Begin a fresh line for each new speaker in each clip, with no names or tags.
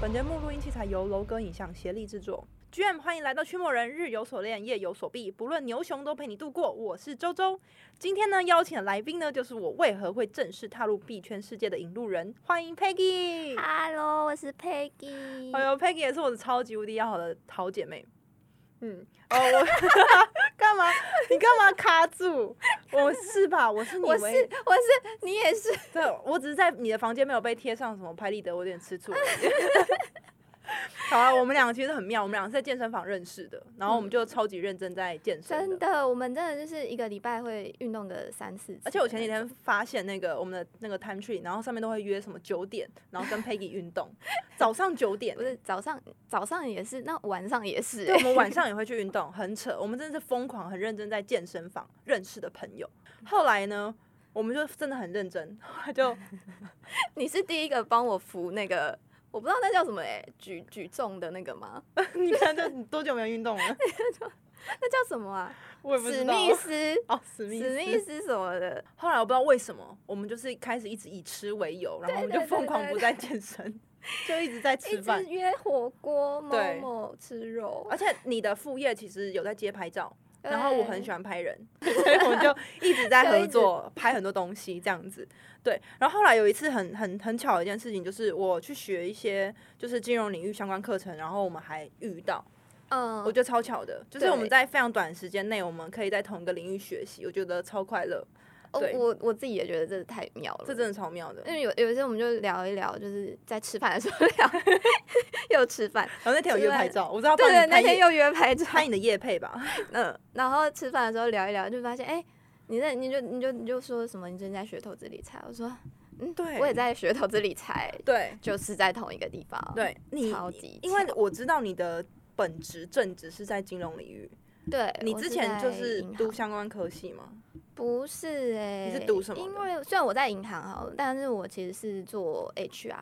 本节目录音器材由楼哥影像协力制作。GM，欢迎来到驱魔人，日有所恋，夜有所避，不论牛熊都陪你度过。我是周周，今天呢邀请的来宾呢，就是我为何会正式踏入币圈世界的引路人，欢迎 Peggy。
Hello，我是 Peggy。
哎呦，Peggy 也是我的超级无敌要好的好姐妹。嗯，哦，我 干嘛？你干嘛卡住？我是吧？我是你
我
唯
是我是你也是，
对，我只是在你的房间没有被贴上什么拍立得，我有点吃醋而已。 好啊，我们两个其实很妙，我们两个是在健身房认识的，然后我们就超级认真在健身
嗯真
的。
的，我们真的就是一个礼拜会运动个三四次。
而且我前几天发现那个我们的那个 time tree，然后上面都会约什么九点，然后跟 Peggy 运动，早上九点
不。是早上早上也是，那晚上 也是、欸
对，我们晚上也会去运动，很扯。我们真的是疯狂、很认真在健身房认识的朋友。后来呢，我们就真的很认真， 后来就
你是第一个帮我扶那个，我不知道那叫什么哎、举举重的那个吗？
你看，就你多久没有运动了？
那叫什么啊？
我也不
史
知道。
密斯，
哦， 史密
史密斯什么的。
后来我不知道为什么，我们就是开始一直以吃为由，然后我们就
对对
疯狂
对
不
对
再健身，就一直在
一
吃
直
饭。
约火锅，某
对
某吃肉
而，且你的副业其实有在接拍照，然后我很喜
欢。
欢拍人， 所以我们就一直在
就
合
一直
作拍很多东西这样子。对，然后后来有一次很很很巧的一件事情，就是我去学一些就是金融领域相关课程，然后我们还遇到，
嗯，
我觉得超巧的，就是我们
对
在非常短的时间内，我们可以在同一个领域学习，我觉得超快乐，
哦
对
我我自己也觉得这太妙了，
这真的超妙的。
因为有有一次我们就聊一聊，就是在吃饭的时候 聊，又吃饭，
然后那天有约
之外
拍照，我知道
对
帮你
对，
拍
那天
夜
又约拍照，
拍你的夜配吧。
嗯，然后吃饭的时候聊一聊，就发现哎、你在你就你就你就说什么你最近在学投资理财，我说嗯，
对
我也在学投资理财，
对
就是在同一个地方，
对，你
超级
因为
巧
我知道你的本职正职是在金融领域，
对，
你
我
之前就
在
是
银
读
行
相关科系吗？
不是哎、
你是读什么
因
的
为虽然我在银行好了，但是我其实是做 HR，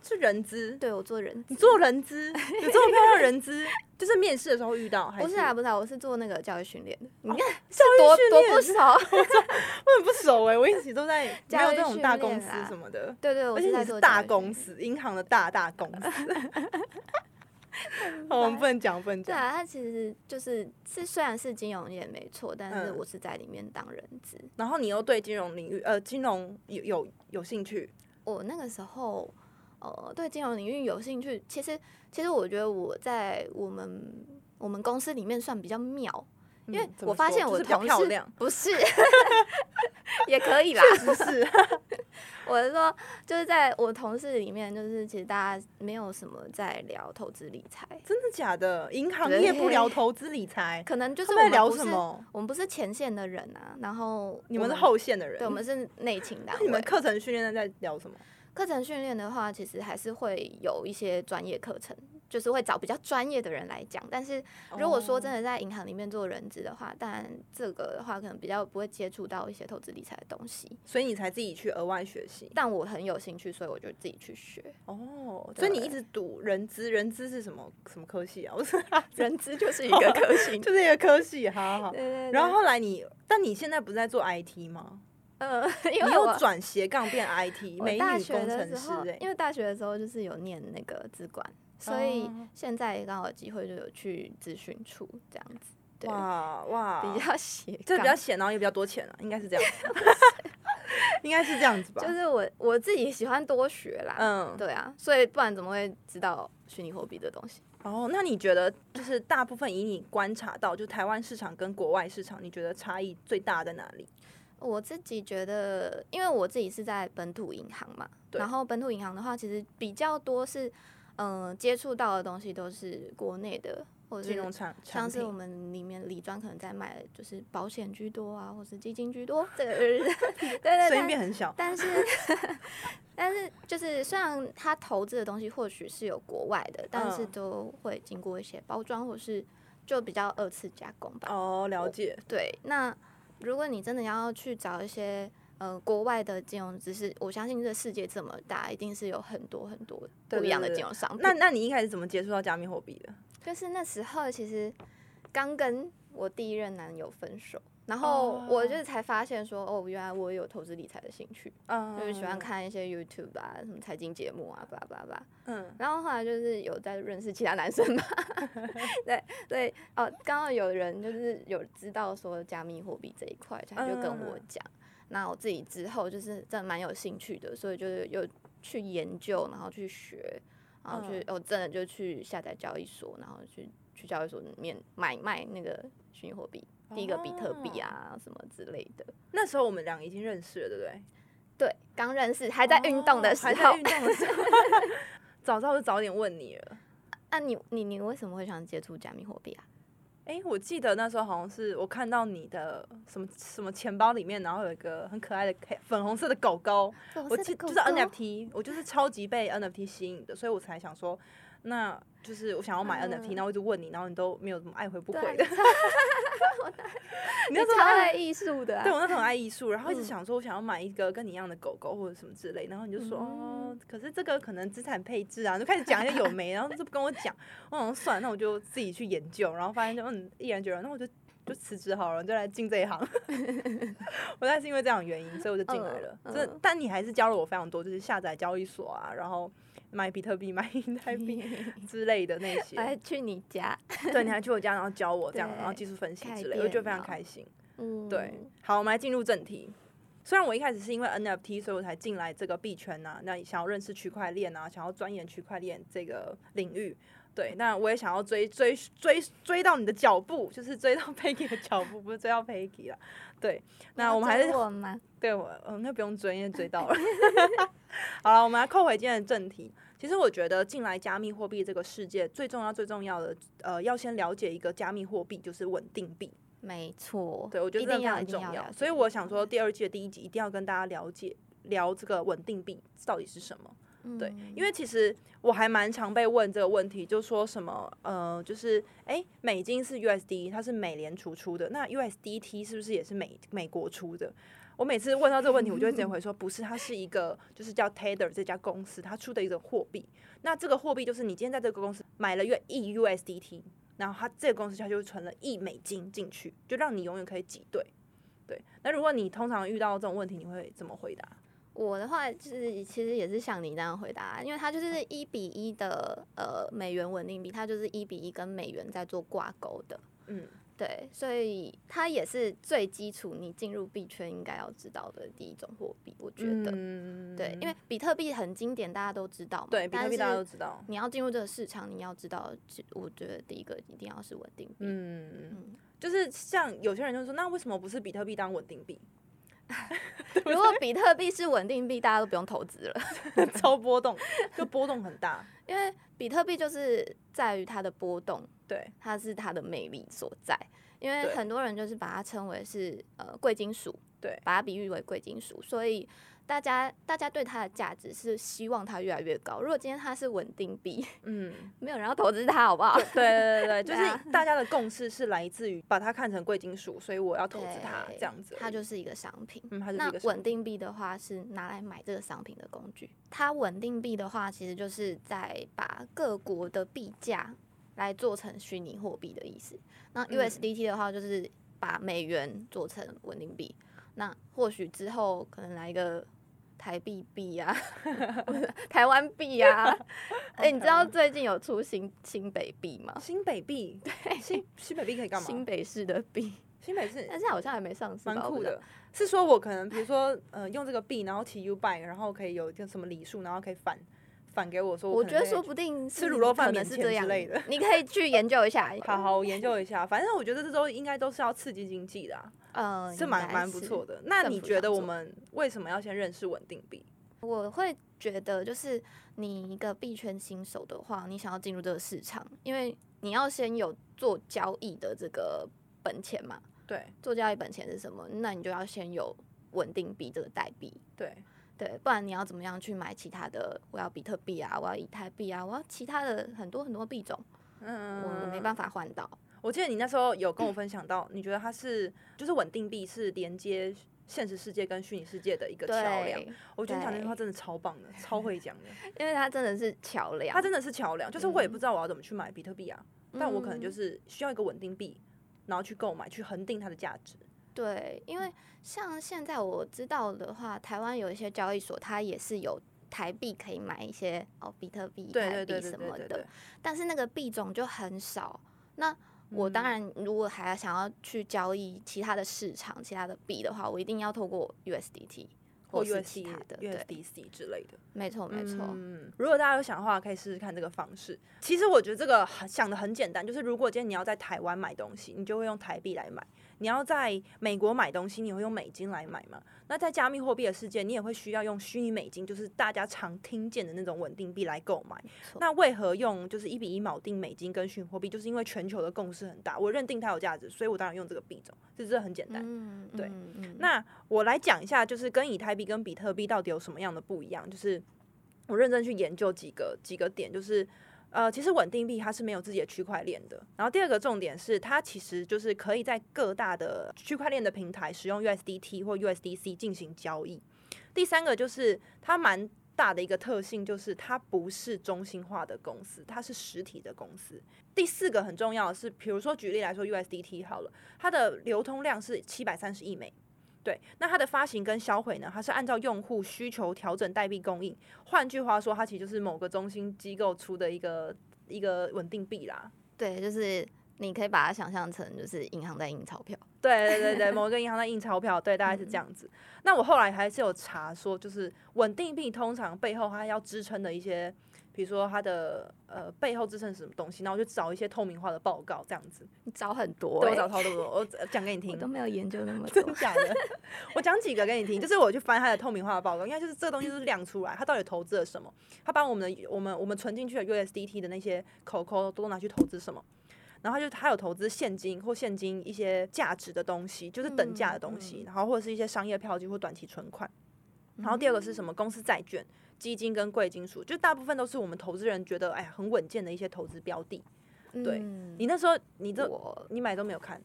是人资，
对我做人
你
资，
做人资，有这么漂亮的人资， 就是面试的时候遇到，还
不
是
是啊，不是啊，我是做那个教育训练的，你看
哦教育
多
训
多
练
不熟。
我很不熟哎，我一直 都在没有
教育
这种大公司
训练啦
什么的。
对对，我
而且
在
你
做
是大
教育
公
训
司，银行的大大公司。 好，我们不能讲，不能
练。对
讲。
啊，它其实就是是虽然是金融业没错，但是
嗯
我是在里面当人资。
然后你又对金融领域，呃，金融有有有兴趣，
我哦那个时候呃对金融领域有兴趣，其实其实我觉得我在我们我们公司里面算比较妙，因为
嗯怎
我
么
发
说
现
就
我
是比较
同
漂
事
亮，
不是 也可以啦，
是不是？
我是说，就是在我同事里面，就是其实大家没有什么在聊投资理财，
真的假的？银行业不聊
对
投资理财，
可能就是
他
我
们在
们
聊
不
什
是
么？
我们不是前线的人啊，然后
你们是后线的人，
对，我们是内勤啊单
那你们
位。
课程训练在聊什么？
课程训练的话，其实还是会有一些专业课程，就是会找比较专业的人来讲。但是如果说真
的，
的在银行里面做人资的话，但这个的话可能比较不会接触到一些投资理财的东西。
所以你才自己去额外学习
但我很有兴趣，所以我就自己去学。
哦。所
对
以你一直读人资，人资是什么什么科系啊？我 是
人资就是一个科 系，
就是一个科系，好好好
对。对对。
哦然后后来你，但你现在不是在做 IT 吗？
呃， 因
你
为我
又转斜杠变 IT
我
美
大
女
学
工
的
程
时
师
候，
哎、
因为大学的时候就是有念那个资管，所以
哦
现在刚好有机会就有去资讯处这样子，对，
哇哇，
比较斜
这
杠
比较闲，然后也比较多钱啊，应该是这样， 应该是这样子吧？
就是我我自己喜欢多学啦，
嗯，
对啊，所以不然怎么会知道虚拟货币这东西？
哦，那你觉得就是大部分以你观察到，就台湾市场跟国外市场，你觉得差异最大在哪里？
我自己觉得，因为我自己是在本土银行嘛，
对
然后本土银行的话，其实比较多是，嗯、接触到的东西都是国内的或者
金
是
融产产
像是我
品，
们里面理专可能在卖的就是保险居多啊，或是基金居多，这个 对对
声
对，
音
但
变很小。
但是 但是就是虽然他投资的东西或许是有国外的，但是
嗯
都会经过一些包装或是就比较二次加工吧。
哦，了解。
对，那如果你真的要去找一些呃国外的金融知识，我相信这世界这么大，一定是有很多很多
对
不一样的
对对
金融商品。
那那你一开始怎么接触到加密货币的？
就是那时候其实刚跟我第一任男友分手，然后
哦
我就是才发现说，哦，原来我有投资理财的兴趣，
嗯，
就是喜欢，看一些 YouTube 啊，什么财经节目啊，叭叭叭。
嗯
然后后来就是有在认识其他男生嘛， 对对哦，刚刚有人就是有知道说加密货币这一块，他就跟我
嗯
讲。那我自己之后就是真的蛮有兴趣的，所以就是有去研究，然后去学，然后
嗯
去、哦真的就去下载交易所，然后去去交易所里面买卖那个虚拟货币，第一个比特
哦
币啊什么之类的。
那时候我们俩已经认识了，对不对？
对，刚认识还在运动的时
哦还
候
在，运动的时候， 早知道就早点问你了。
那、啊你你你为什么会想接触加密货币啊？
哎、我记得那时候好像是我看到你的什么什么钱包里面，然后有一个很可爱的黑粉红色的狗狗，我记就是 NFT，我就是超级被 NFT 吸引的，所以我才想说，那就是我想要买 NFT，、然
嗯
后我一直问你，然后你都没有怎么爱回不
对
回
啊，
的。
你超
你
你
那时候
超
爱
爱艺术的、啊，
对我那时候很爱艺术，然后一直
嗯
想说我想要买一个跟你一样的狗狗或者什么之类，然后你就说、哦
嗯，
可是这个可能资产配置啊，就开始讲一些 有没，然后就不跟我讲，我想说算了，那我就自己去研究，然后发现就嗯毅然决然，那我就就辞职好了，就来进这一行。 我那是因为这样的原因，所以我就进来了。
嗯
这、
嗯
但你还是教了我非常多，就是下载交易所啊，然后买比特币、 买以太币
嗯
之类的那
我还
些。
去你 家，
对，你还去我家，然后教我这样，然后
哎对
技术分析
开
之类，我觉得
电
非常
脑
开心。
嗯，
对，好，我们来进入正题。虽然我一开始是因为 NFT，所以我才进来这个币圈呐、那想要认识区块链啊，想要钻研区块链这个领域。对，那我也想要追追追追到你的脚步，就是追到 Peggy 的脚步，不是追到 Peggy 了。对，那我们还是
我吗？
对我，嗯，那不用追，因为追到了。 好了，我们来扣回今天的正题。其实我觉得进来加密货币这个世界，最重要最重要的，呃，要先了解一个加密货币，就是稳定币。
没错，
对，我觉得
一
这个
定
非
要
常重
要
要
了。
所以
解嗯
我想说，，第二季的第一集一定要跟大家了解聊这个稳定币到底是什么。对，因为其实我还蛮常被问这个问题，就说什么呃，就是诶，美金是 USD，它是美联储出的，那 USDT 是不是也是美美国出的？我每次问到这个问题，我就会直接回说，不是，它是一个就是叫 Tether 这家公司它出的一个货币。那这个货币就是你今天在这个公司买了月一 USDT，然后它这个公司它就会存了一美金进去，就让你永远可以挤兑。对，那如果你通常遇到这种问题，你会怎么回答？
我的话就是其实也是像你那样回答，啊因为它就是一比一的呃美元稳定币，它就是一比一跟美元在做挂钩的。
嗯，
对，所以它也是最基础，你进入币圈应该要知道的第一种货币，我觉得。
嗯
对，因为比特币很经典，大家都知道嘛。
对比特
但
币大家
是
都知道，
你要进入这个市场，你要知道，其我觉得第一个一定要是稳定币。
嗯，
嗯，
就是像有些人就说，那为什么不是比特币当稳定币？
如果比特币是稳定币，大家都不用投资了，
超波动，就波动很大。
因为比特币就是在于它的波动，
对，
它是它的魅力所在。因为
对
很多人就是把它称为是呃贵金属，
对
把它比喻为贵金属，所以大家大家对它的价值是希望它越来越高。如果今天它是稳定币，
嗯，
没有人要投资它，好不好？
对对对对，就
对啊
是大家的共识是来自于把它看成贵金属，所以我要投资它
对
这样子而已。
它就是一个商品。
嗯，它就是
那
一个商
稳定币的话是拿来买这个商品的工具。它稳定币的话，其实就是在把各国的币价来做成虚拟货币的意思。那
嗯
USDT 的话，就是把美元做成稳定币。那或许之后可能来一个台币币啊，台湾币 啊。哎、你知道最近有出新新北币吗？
新北币，对，新新北币可以干嘛？
新北市的币，
新北是
但是好像还没上市吧？
蛮
我不
酷
知道
的。是说我可能比如说呃用这个币，然后骑 U bike，然后可以有一个什么礼数，然后可以返返给我说
我
可能
觉得
可以
说不定
吃
是
卤肉饭
可能
免
是
钱
这
之
样
类的，
你可以去研究一下。
好好，我研究一下。反正我觉得这都应该都是要刺激经济的、啊，
呃，
是蛮蛮不错
的。
的。那
政
你
府
觉
想
得我
做
们为什么要先认识稳定币？
我会觉得，就是你一个币圈新手的话，你想要进入这个市场，因为你要先有做交易的这个本钱嘛。
对
做交易本钱是什么？那你就要先有稳定币这个代币。
对，
对，不然你要怎么样去买其他的？我要比特币啊，我要以太币啊，我要其他的很多很多币种，
嗯，
我没
法。
办法换到。
我记得你那时候有
嗯
跟我分享到，你觉得它是就是稳定币是连接现实世界跟虚拟世界的一个桥梁
对。，
我觉得你讲这句话
对
真的超棒的，超会讲 的。
因为它真的是桥梁，
它真的是桥梁，就是我也
嗯
不知道我要怎么去买比特币啊，但我可能
嗯
就是需要一个稳定币，然后去购买，去恒定它的价值。
对，因
嗯
为像现在我知道的话，台湾有一些交易所，它也是有台币可以买一些哦，比特币、
对
台
对
币
对对
什
对
么
对
的
对，，
但是那个币种就很少。那我当
嗯
然，如果还要想要去交易其他的市场、其他的币的话，我一定要透过 USDT
或
是其
USD
他的。对，
USDC 之类的。
没错没错。
嗯，如果大家有想的话，可以试试看这个方式。其实我觉得这个很想的很简单，就是如果今天你要在台湾买东西，你就会用台币来买；你要在美国买东西，你会用美金来买嘛？那在加密货币的世界，你也会需要用虚拟美金，就是大家常听见的那种稳定币来购买。
错
那为何用就是一比一锚定美金跟虚拟货币？就是因为全球的共识很大，我认定它有价值，所以我当然用这个币种，这这很简单。
嗯，
对
嗯嗯
那我来讲一下，就是跟以太币跟比特币到底有什么样的不一样？就是我认真去研究几个几个点，就是呃，其实稳定币它是没有自己的区块链的。然后第二个重点是，它其实就是可以在各大的区块链的平台使用 USDT 或 USDC 进行交易。第三个就是它蛮大的一个特性，就是它不是中心化的公司，它是实体的公司。第四个很重要的是，比如说举例来说 USDT 好了，它的流通量是七百三十亿美对，那它的发行跟销毁呢，它是按照用户需求调整代币供应。换句话说，它其实就是某个中心机构出的一个一个稳定币啦。
对，就是你可以把它想象成就是银行在印钞票。
对对对对，某个银行在印钞票，对，大概是这样子。那我后来还是有查说，就是稳定币通常背后它要支撑的一些，比如说它的呃背后支撑是什么东西，那我就找一些透明化的报告这样子。
你找很多、
对，
欸，
我找超多，我讲给你听
我。都没有研究那么多
真。的假的？我讲几个给你听，就是我去翻它的透明化的报告，因为就是这个东西就是亮出来，它到底投资了什么？它把我们的我们我们存进去的 USDT 的那些口口都拿去投资什么？然后它就它有投资现金或现金一些价值的东西，就是等价的东
嗯
西，然后或者是一些商业票据或短期存款。然后第二个是什么？公司债券、基金跟贵金属，就大部分都是我们投资人觉得哎呀很稳健的一些投资标的。对
嗯
你那时候你这
我
你买都没有看，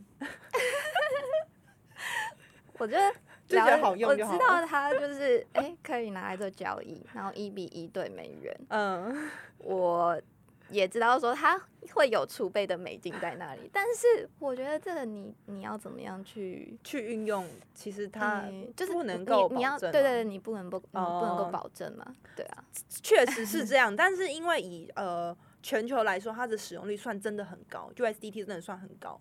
我觉得
就觉得
了
好用
我知
就好
道它就是哎、可以拿来做交易，然后一比一对美元。
嗯，
我也知道说它会有储备的美金在那里，但是我觉得这个你你要怎么样去，
去运用，其实它
嗯就是
不能
你
够
你要
保证
对
啊
对对，你不能不你不能够
哦
保证嘛，对啊，
确实是这样，但是因为以呃全球来说，它的使用率算真的很高，USDT 真的算很高。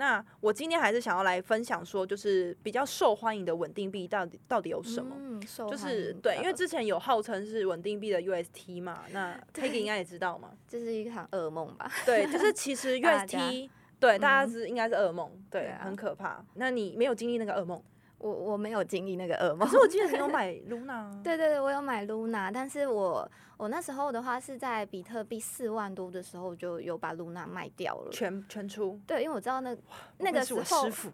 那我今天还是想要来分享说，就是比较受欢迎的稳定币到底到底有什么？
嗯，受
哦就是
欢迎呃
对，
的
因为之前有号称是稳定币的 UST 嘛， 那 t a k 应该也知道嘛。
这是一场噩梦吧，
对，就是其实
大家嗯
UST 对大家是应该是噩梦，
对
对，
啊
很可怕。那你没有经历那个噩 梦，
我我没有经历那个噩梦
可是，我记得你有买 Luna，
对对对，我有买 Luna，但是我我那时候的话是在比特币四万多的时候就有把 Luna 卖掉了。
全全出，
对，因为我知道那那个
是
时
我
候
师，傅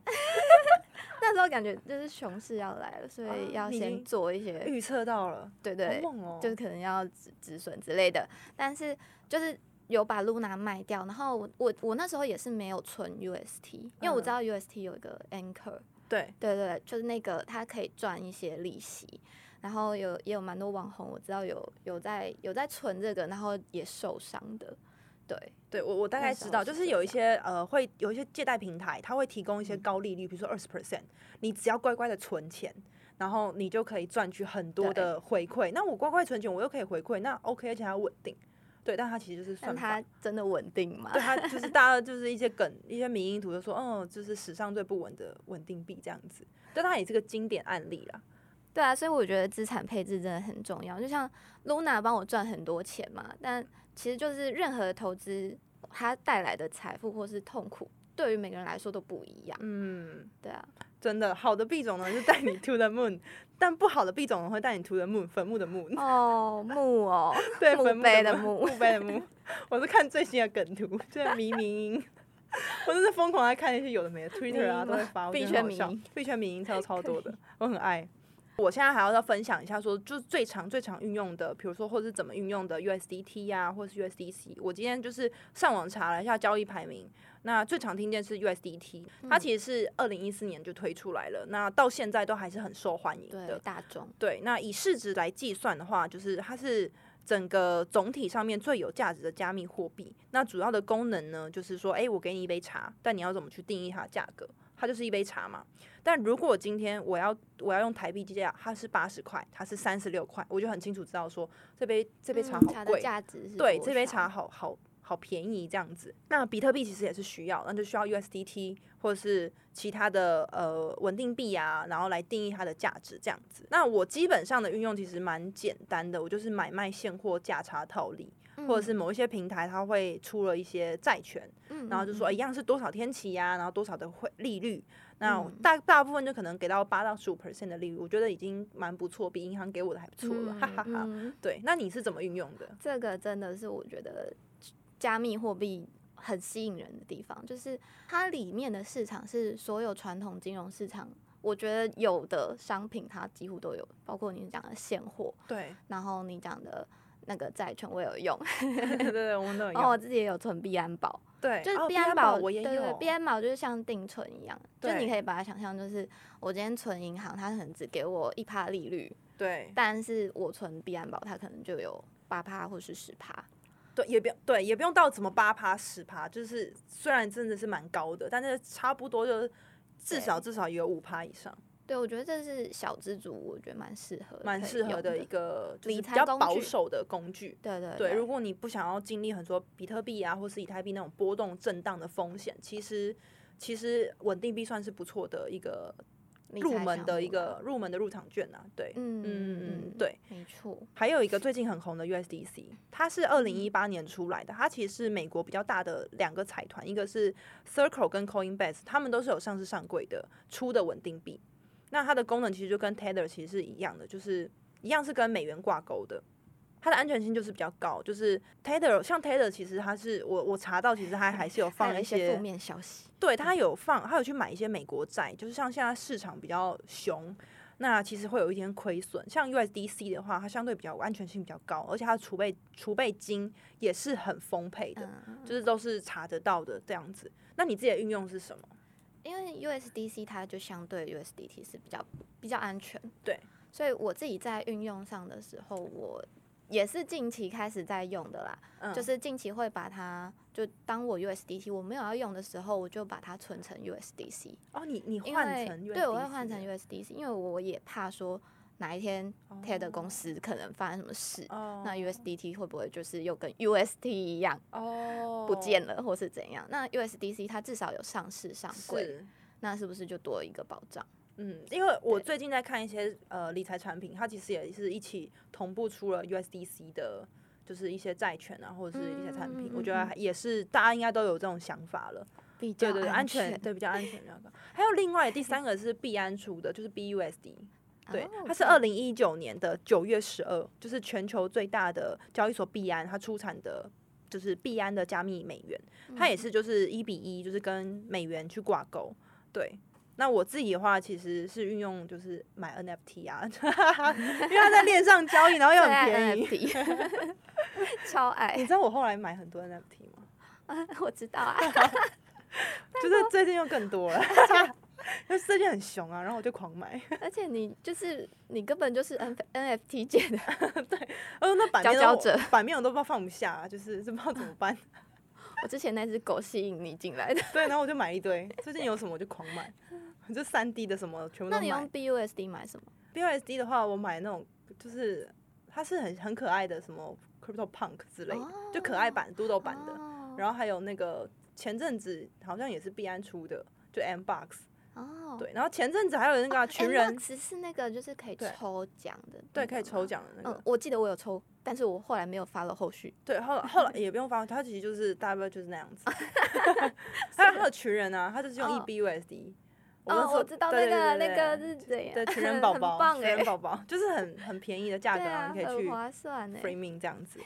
那时候感觉就是熊市要来了，所
啊
以要
你已
先
经
做一些，
预测到了，
对
好
对，
猛哦，
就是可能要止止损之类的。但是就是有把 Luna 卖掉，然后我我我那时候也是没有存 UST，因为我知
嗯
道 UST 有一个 Anchor，
对。
对对，对就是那个它可以赚一些利息，然后有也有蛮多网红我知道有有在有在存这个，然后也受伤的，对，
对我，我大
那
概
时
知
候
道，
是
就是嗯
这
有一些呃，会有一些借贷平台，它会提供一些高利率，比如说二十 percent，你只要乖乖的存钱，然后你就可以赚取很多
对
的回馈。那我乖乖存钱，我又可以回馈，那 OK，而且还稳定。对，但它其实就是
但
算法
它。真的稳定吗？
对它就是大家就是一些梗，一些迷因图就说，嗯，就是史上最不稳的稳定币这样子，但它也是个经典案例啦。
对啊，所以我觉得资产配置真的很重要。就像 Luna 帮我赚很多钱嘛，但其实就是任何投资它带来的财富或是痛苦，对于每个人来说都不一样。
嗯，
对啊，
真的，好的币种呢是带你 to the moon，但不好的币种呢会带你 to the moon，坟墓的墓。
哦，木哦，
对，
墓
坟墓
碑的
墓，
墓
墓碑的墓。我是看最新的梗图，就是迷迷音，我真是疯狂在看那些有的没的 Twitter 啊，
迷
都
吗
会发，我
币
觉得很好
圈迷
笑
音，
币圈迷音超超多的， 我很爱。我现在还要再分享一下说就是最常最常运用的，比如说或是怎么运用的 USDT 呀、啊或是 USDC。我今天就是上网查了一下交易排名，那最常听见是 USDT，它
嗯
其实是二零一四年就推出来了，那到现在都还是很受欢迎的
对，。大众，
对，那以市值来计算的话，就是它是整个总体上面最有价值的加密货币。那主要的功能呢，就是说，诶，我给你一杯茶，但你要怎么去定义它的价格？它就是一杯茶嘛。但如果今天我要我要用台币计价，它是八十块，它是三十六块，我就很清楚知道说这杯这杯茶
嗯
好
的
贵，
价值是
对，
多
这杯
少
茶好好好便宜这样子。那比特币其实也是需要，那就需要 USDT 或者是其他的呃稳定币啊，然后来定义它的价值这样子。那我基本上的运用其实蛮简单的，我就是买卖现货价差套利，或者是某一些平台它会出了一些债券，
嗯，
然后就说、
嗯
哎一样是多少天期呀、然后多少的汇利率，那我
嗯
大大部分就可能给到八到十五 percent 的利率，我觉得已经蛮不错，比银行给我的还不错了，哈哈哈。
嗯嗯
对，那你是怎么运用的？
这个真的是我觉得加密货币很吸引人的地方，就是它里面的市场是所有传统金融市场，我觉得有的商品它几乎都有，包括你讲的现货，
对，
然后你讲的那个债券我也有用，
对对，我们都有
然
用。
后我自己也有存币安保，
哦对，
就是
哦
币
安
安保
我也
对对
有，
币安保就是像定存一样，就
对
你可以把它想象就是我今天存银行，它可能只给我一趴利率，
对
但是我存币安保，它可能就有八趴或是十趴。
对，也不用对，也不用到怎么八趴十趴，就是虽然真的是蛮高的，但是差不多就是至少至少也有五趴以上，
对，我觉得这是小资族，我觉得蛮适合，
蛮适合
的
的一。个就是
理
比
财
较
工
保
具
守的工具。
对对
对，如果你不想要经历很多比特币啊，或是以太币那种波动震荡的风险，其实其实稳定币算是不错的一个
理财
入门
项
的
目
一
啦，
个入门的入场券啊。对，
嗯
嗯嗯，对。
没错，
还有一个最近很红的 USDC，它是二零一八年出来的，它其实是美国比较大的两个财团，一个是 Circle 跟 Coinbase，他们都是有上市上柜的出的稳定币。那它的功能其实就跟 Tether 其实是一样的，就是一样是跟美元挂钩的。它的安全性就是比较高，就是 Tether 像 Tether 其实它是我我查到其实它还是有
还
放
有
一
一
些
负面消息，
对他有放，他有去买一些美国债，就是像现在市场比较熊，那其实会有一点亏损。像 USDC 的话，它相对比较安全性比较高，而且它的储备储备金也是很丰沛的，
嗯，
就是都是查得到的这样子。那你自己的运用是什么？
因为 USDC 它就相对 USDT 是比较比较安全，
对，
所以我自己在运用上的时候，我也是近期开始在用的啦，
嗯，
就是近期会把它就当我 USDT 我没有要用的时候，我就把它存成 USDC，
哦，你你
因
换
为
成 USDC，
对，我会换成
的
USDC，因为我也怕说哪一天 TED 公司可能发生什么事，
哦，
那 USDT 会不会就是又跟 UST 一样
哦
不见了，或是怎样？那 USDC 它至少有上市上柜，
是。
那是不是就多一个保障？
嗯，因为我
对
最近在看一些呃理财产品，它其实也是一起同步出了 USDC 的，就是一些债券啊，或者是一些产品，
嗯嗯嗯
我觉
嗯
得也是大家应该都有这种想法了。
比较
对对对，安
全，
对比较安全比较高。还有另外第三个是币安出的，就是 BUSD，对
哦，
它是二零一九年的九月十二，就是全球最大的交易所币安，它出产的。就是币安的加密美元，
嗯
它也是就是一比一，就是跟美元去挂钩。对，那我自己的话其实是运用就是买 NFT 啊， 因为它在链上交易，然后又
最
很
爱
便宜。
NFT，超
你
爱，
知道我后来买很多 NFT 吗？
我知 道啊，
就是最近又更多了， 就是最近很熊啊，然后我就狂买。
而且你就是你根本就是 N NFT 界的，
哦，那版面
佼
都
佼者
版面我都不知道放不下、啊就是是不知道怎么办。
我之前那只狗吸引你进来的，
对，然后我就买一堆，最近有什么我就狂买，就三 D 的什么全部
那
都
你用
买。
BUSD 买什么？
BUSD 的话，我买那种就是它是很很可爱的什么 Crypto Punk 之类的，就可爱版、嘟嘟版的。
哦
然后还有那个前阵子好像也是币安出的，就 M Box。
哦，
对，然后前阵子还有那个啊、群人，
只是哎那个就是可以
对
抽奖的，
对，可以抽。奖的那个。
嗯，我记得我有抽，但是我后来没有发了后续。
对，后来后来也不用发，他其实就是大概就是那样子。 还有他的群人啊，他就是用
哦
EBUSD。
哦，我知道那个那个是怎 样，
的群人宝
很
宝，
棒
群
哎
人，宝宝就是很很便宜的价
对
格，然
啊，
后你可以
很
去
划算哎，
free 命这样子，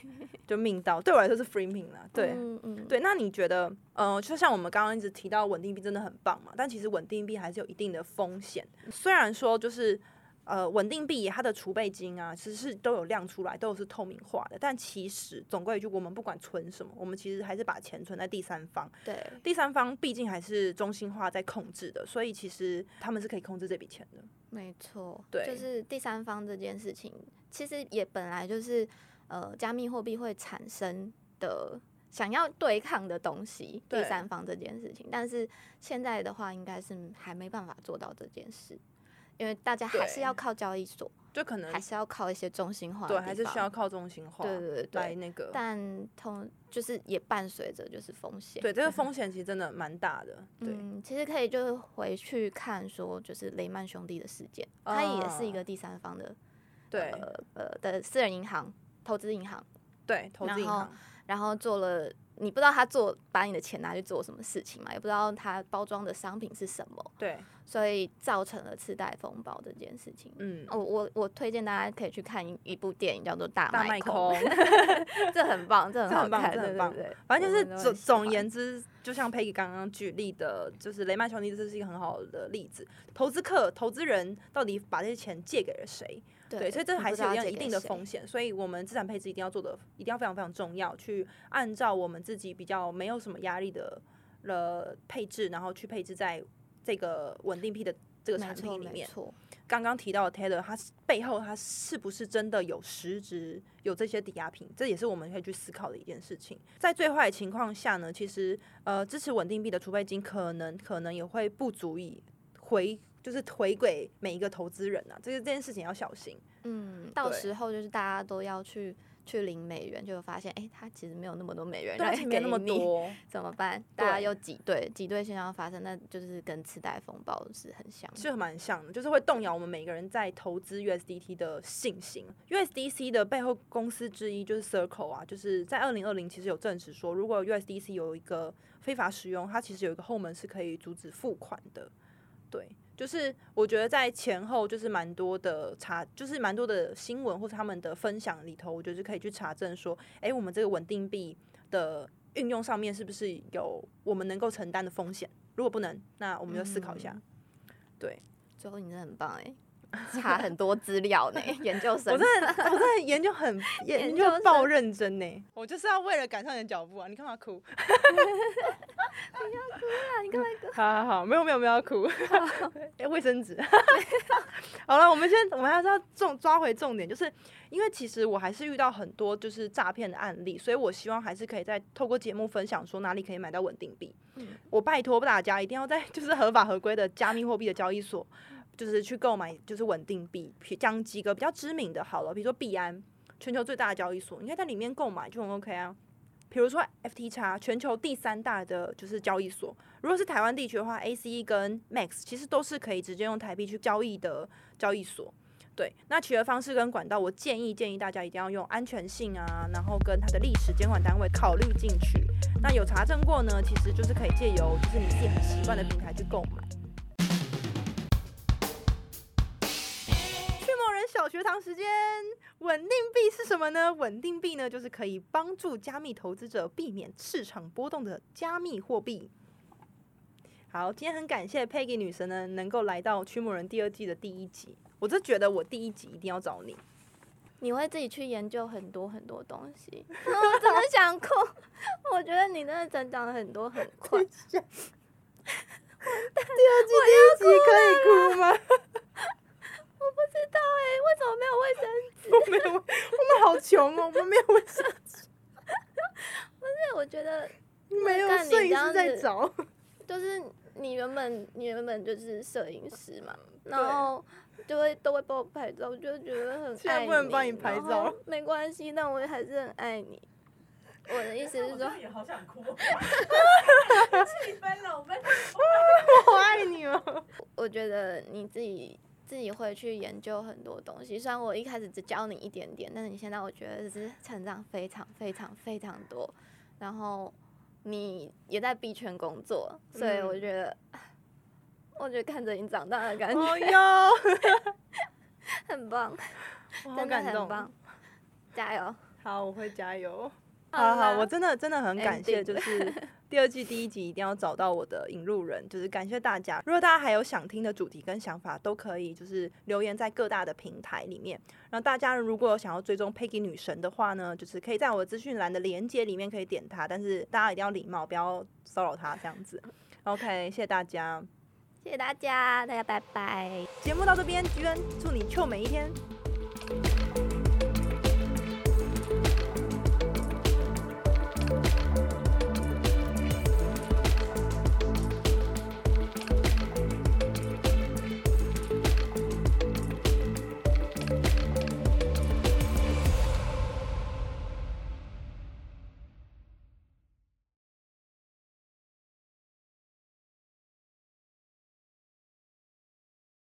就命到对我来说是 free 命啦。对
嗯嗯，
对，那你觉得，呃，就像我们刚刚一直提到稳定币真的很棒嘛，但其实稳定币还是有一定的风险。虽然说就是呃稳定币它的储备金啊，其实是都有亮出来，都有是透明化的，但其实总归一句，我们不管存什么，我们其实还是把钱存在第三方，
对，
第三方毕竟还是中心化在控制的，所以其实他们是可以控制这笔钱的。
没错，
对
就是第三方这件事情，其实也本来就是呃，加密货币会产生的想要对抗的东西，第
对
三方这件事情。但是现在的话，应该是还没办法做到这件事，因为大家还是
对
要靠交易所，
就可能
还是要靠一些中心化的
对，
地
还是需
方
要靠中心化
对对对
来
对。
那个。
但同就是也伴随着就是风险，
对，这个风险其实真的蛮大的。对，
嗯，其实可以就是回去看说，就是雷曼兄弟的事件，它也是一个第三方的，
啊对
呃呃的私人银行、投资银行，
对，投资银
然
行
后，然后做了，你不知道他做把你的钱拿去做什么事情嘛，也不知道他包装的商品是什么，
对，
所以造成了次贷风暴这件事情。
嗯，
我哦我我推荐大家可以去看一一部电影，叫做《大
大
麦
麦
空，
空》，
这很棒，这很
这
好
很棒
看，
这
对
很
对
棒
对，
反正就
我
是
们都
总
很喜
总
欢
言之，就像 Peggy 刚刚举例的，就是雷曼兄弟，这是一个很好的例子。投资客、投资人到底把这些钱借给了谁？对，所以这
你
还
不
是有
知道
一样
借
一
给
定的
谁
风险，所以我们资产配置一定要做的，一定要非常非常重要，去按照我们自己比较没有什么压力的了配置，然后去配置在这个稳定币的这个
没
产
错
品里
没
面。
错，
刚刚提到的 Taylor，它是背后它是不是真的有实质有这些抵押品？这也是我们可以去思考的一件事情。在最坏的情况下呢，其实呃支持稳定币的储备金可能可能也会不足以回。就是回给每一个投资人啊，这个这件事情要小心。
嗯，到
对
时候就是大家都要去去领美元，就会发现，哎、他其实没有那么多美元，
对，而
让
且没有
啊给
那么
你，
多，
怎么 办？大家
对
又挤兑，挤兑现象发生，那就是跟次贷风暴是很像的。
是蛮像的，就是会动摇我们每个人在投资 USDT 的信心。USDC 的背后公司之一就是 Circle 啊，就是在二零二零其实有证实说，如果 USDC 有一个非法使用，它其实有一个后门是可以阻止付款的。对，就是我觉得在前后就是蛮多的查，就是蛮多的新闻或者他们的分享里头，我觉得是可以去查证说，诶，我们这个稳定币的运用上面是不是有我们能够承担的风险？如果不能，那我们就思考一下。
嗯
对
最后你真的很棒哎、查很多资料 呢，研究生
我。真的，我真的研究很 研
研
究
究
爆认真呢。我就是要为了赶上你的脚步啊！你干嘛哭？
你干嘛
好好好，没有没有没有要哭， 哎卫生纸。好了，我们先，我们还是要重抓回重点，就是因为其实我还是遇到很多就是诈骗的案例，所以我希望还是可以再透过节目分享说哪里可以买到稳定币。
嗯
我拜托大家一定要在就是合法合规的加密货币的交易所，就是去购买就是稳定币，将几个比较知名的好了，比如说币安，全球最大的交易所，你可以在里面购买就很 OK 啊。比如说 FTX，全球第三大的就是交易所，如果是台湾地区的话，ACE 跟 Max 其实都是可以直接用台币去交易的交易所。对，那取得方式跟管道，我建议建议大家一定要用安全性啊，然后跟它的历史监管单位考虑进去。那有查证过呢，其实就是可以借由就是你自己很习惯的平台去购买。驱魔人小学堂时间，稳定币是什么呢？稳定币呢，就是可以帮助加密投资者避免市场波动的加密货币。好，今天很感谢 Peggy 女神呢，能够来到《驱魔人》第二季的第一集。我真觉得我第一集一定要找你，
你会自己去研究很多很多东西， 我真的想哭。我觉得你真的成长了很多很快，
第一集可以哭吗？
我不知道哎、为什么没有卫生
我没有，我们好穷哦，我们没有卫 生
纸？我觉得
没有
但你
摄影
这样
师在
子
找，
就是你原本你原本就是摄影师嘛，
对
然后就会都会帮我拍照，我就觉得很
现在
爱
不能帮你拍，
然
照
后没关系，但我还是很爱你。我的意思是说，
也好想 哭， 气氛了，我们
我好爱你哦。
我觉得你自己自己会去研究很多东西，虽然我一开始只教你一点点，但是你现在我觉得是成长非常非常非常多，然后你也在币圈工作，所以
嗯
我觉得，我觉得看着你长大的感觉
哦哟，
很棒。
我好
真的
感
很
动
棒。，加油！
好，我会加油。好了好，我真的真的很感谢，
Ending
就是 第二季第一集一定要找到我的引路人，就是感谢大家。如果大家还有想听的主题跟想法，都可以就是留言在各大的平台里面。然后大家如果有想要追踪 Peggy 女神的话呢，就是可以在我的资讯栏的连接里面可以点她，但是大家一定要礼貌，不要骚扰她这样子。OK，谢谢大家。
谢谢大家，大家拜拜。
节目到这边，居然祝你臭美一天。